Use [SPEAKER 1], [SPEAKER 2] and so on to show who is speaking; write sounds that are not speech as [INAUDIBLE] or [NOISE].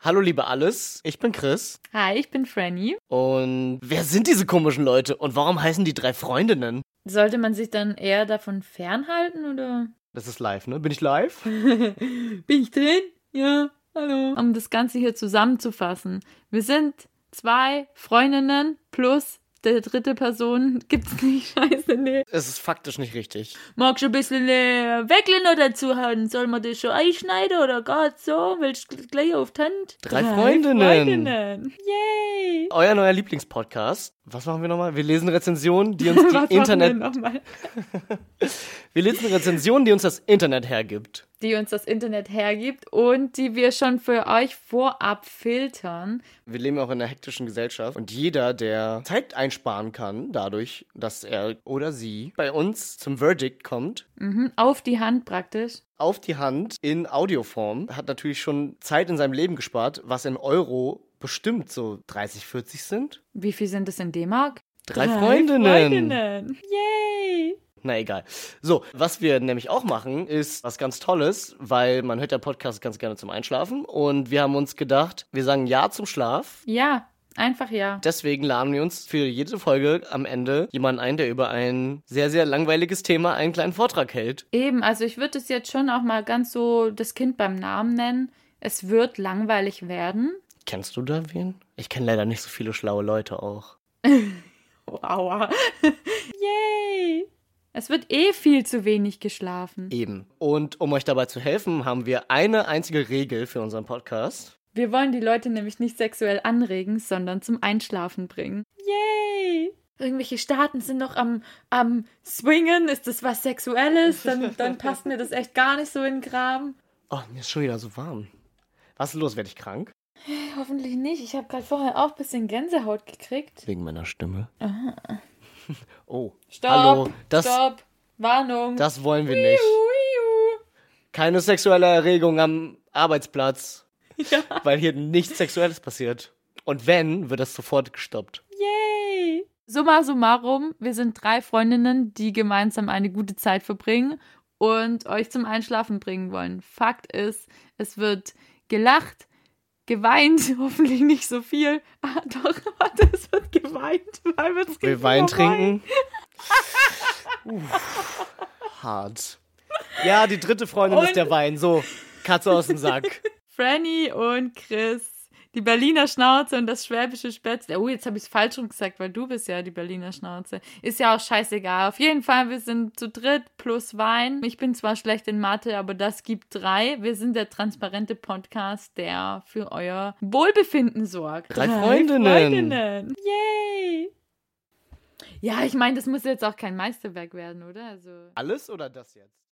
[SPEAKER 1] Hallo liebe Alles, ich bin Chris.
[SPEAKER 2] Hi, ich bin Franny.
[SPEAKER 1] Und wer sind diese komischen Leute und warum heißen die drei Freundinnen?
[SPEAKER 2] Sollte man sich dann eher davon fernhalten oder
[SPEAKER 1] Das ist live, ne? Bin ich live?
[SPEAKER 2] bin ich drin? Ja, hallo. Um das Ganze hier zusammenzufassen. Wir sind zwei Freundinnen plus der dritte Person. [LAUGHS] Gibt's nicht, scheiße, nee.
[SPEAKER 1] Es ist faktisch nicht richtig.
[SPEAKER 2] Magst du ein bisschen äh, Wecklen oder dazu haben? Soll man das schon einschneiden oder grad so? Willst du gleich auf die Hand?
[SPEAKER 1] Drei Freundinnen.
[SPEAKER 2] Freundinnen. Yay.
[SPEAKER 1] Euer neuer Lieblingspodcast. Was machen wir nochmal? Wir lesen Rezensionen, [LAUGHS] die uns
[SPEAKER 2] [LAUGHS] Was machen
[SPEAKER 1] die
[SPEAKER 2] wir
[SPEAKER 1] Internet.
[SPEAKER 2] nochmal?
[SPEAKER 1] Wir lesen Rezensionen, die uns das Internet hergibt.
[SPEAKER 2] die uns das Internet hergibt und die wir schon für euch vorab filtern.
[SPEAKER 1] Wir leben auch in einer hektischen Gesellschaft und jeder, der Zeit einsparen kann, dadurch, dass er oder sie bei uns zum Verdict kommt,
[SPEAKER 2] Mhm, auf die Hand praktisch.
[SPEAKER 1] auf die Hand in Audioform, hat natürlich schon Zeit in seinem Leben gespart, was in Euro bestimmt so 30, 40 sind.
[SPEAKER 2] Wie viel sind es in D-Mark?
[SPEAKER 1] Drei, Freundinnen.
[SPEAKER 2] Freundinnen. Yay!
[SPEAKER 1] Na egal. So, was wir nämlich auch machen, ist was ganz Tolles, weil man hört ja Podcasts ganz gerne zum Einschlafen und wir haben uns gedacht, wir sagen Ja zum Schlaf.
[SPEAKER 2] Ja, einfach ja.
[SPEAKER 1] Deswegen laden wir uns für jede Folge am Ende jemanden ein, der über ein sehr, sehr langweiliges Thema einen kleinen Vortrag hält.
[SPEAKER 2] Eben, also ich würde es jetzt schon auch mal ganz so das Kind beim Namen nennen. Es wird langweilig werden.
[SPEAKER 1] Kennst du da wen? Ich kenne leider nicht so viele schlaue Leute auch.
[SPEAKER 2] Oh, aua. [LAUGHS] Yay! Es wird eh viel zu wenig geschlafen.
[SPEAKER 1] Eben. Und um euch dabei zu helfen, haben wir eine einzige Regel für unseren Podcast.
[SPEAKER 2] Wir wollen die Leute nämlich nicht sexuell anregen, sondern zum Einschlafen bringen. Yay! Irgendwelche Staaten sind noch am, am Swingen. Ist das was Sexuelles? Dann, [LAUGHS] dann passt mir das echt gar nicht so in den Kram.
[SPEAKER 1] Oh, mir ist schon wieder so warm. Was ist los? Werde ich krank?
[SPEAKER 2] Hoffentlich nicht. Ich habe gerade vorher auch ein bisschen Gänsehaut gekriegt.
[SPEAKER 1] Wegen meiner Stimme. [LAUGHS] Oh.
[SPEAKER 2] Stopp!
[SPEAKER 1] Hallo. Das,
[SPEAKER 2] Stopp! Warnung!
[SPEAKER 1] das wollen wir nicht.
[SPEAKER 2] Uiu.
[SPEAKER 1] Keine sexuelle Erregung am Arbeitsplatz,
[SPEAKER 2] Ja.
[SPEAKER 1] [LAUGHS] weil hier nichts Sexuelles passiert. Und wenn, wird das sofort gestoppt.
[SPEAKER 2] Yay! Summa summarum, wir sind drei Freundinnen, die gemeinsam eine gute Zeit verbringen und euch zum Einschlafen bringen wollen. Fakt ist, es wird gelacht, geweint, [LAUGHS] hoffentlich nicht so viel. Ah, doch, [LAUGHS] warte, es wird geweint, weil wir es [LAUGHS]
[SPEAKER 1] Will Wein trinken? Uff, hart. Ja, die dritte Freundin ist
[SPEAKER 2] Und-
[SPEAKER 1] der Wein. So, Katze aus dem
[SPEAKER 2] [LAUGHS]
[SPEAKER 1] Sack.
[SPEAKER 2] Franny und Chris, die Berliner Schnauze und das schwäbische Spätzle. Oh, jetzt habe ich es falsch rum gesagt, weil du bist ja die Berliner Schnauze. Ist ja auch scheißegal. Auf jeden Fall, wir sind zu dritt plus Wein. Ich bin zwar schlecht in Mathe, aber das gibt drei. Wir sind der transparente Podcast, der für euer Wohlbefinden sorgt.
[SPEAKER 1] Drei Freundinnen.
[SPEAKER 2] Freundinnen. Yay! Ja, ich meine, das muss jetzt auch kein Meisterwerk werden, oder? Also.
[SPEAKER 1] Alles oder das jetzt?